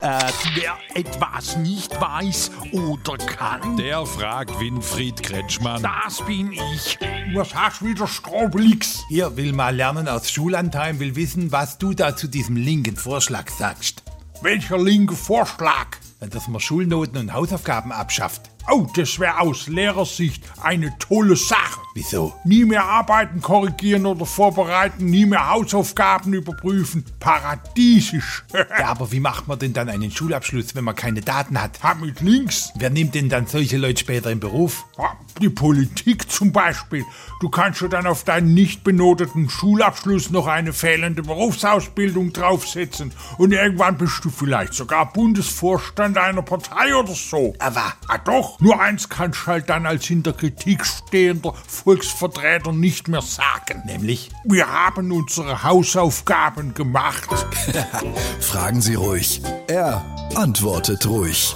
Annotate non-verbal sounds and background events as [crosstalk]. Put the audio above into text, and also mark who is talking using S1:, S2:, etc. S1: Äh, wer etwas nicht weiß oder kann,
S2: Der fragt Winfried Kretschmann.
S1: das bin ich. Was hast du wieder Strobelix?
S3: Hier will mal lernen aus Schulantime, will wissen, was du da zu diesem linken Vorschlag sagst.
S1: Welcher linke Vorschlag?
S3: Dass man Schulnoten und Hausaufgaben abschafft.
S1: Oh, das wäre aus Lehrersicht eine tolle Sache.
S3: Wieso?
S1: Nie mehr arbeiten, korrigieren oder vorbereiten, nie mehr Hausaufgaben überprüfen. Paradiesisch. [laughs]
S3: Ja, aber wie macht man denn dann einen Schulabschluss, wenn man keine Daten hat?
S1: Hab mit links.
S3: Wer nimmt denn dann solche Leute später im Beruf?
S1: Ah, Die Politik zum Beispiel. Du kannst ja dann auf deinen nicht benoteten Schulabschluss noch eine fehlende Berufsausbildung draufsetzen. Und irgendwann bist du vielleicht sogar Bundesvorstand einer Partei oder so.
S3: Aber
S1: Ah doch, nur eins kannst halt dann als in der Kritik stehender Volksvertreter nicht mehr sagen.
S3: nämlich?
S1: Wir haben unsere Hausaufgaben gemacht.
S4: Fragen Sie ruhig. Er antwortet ruhig.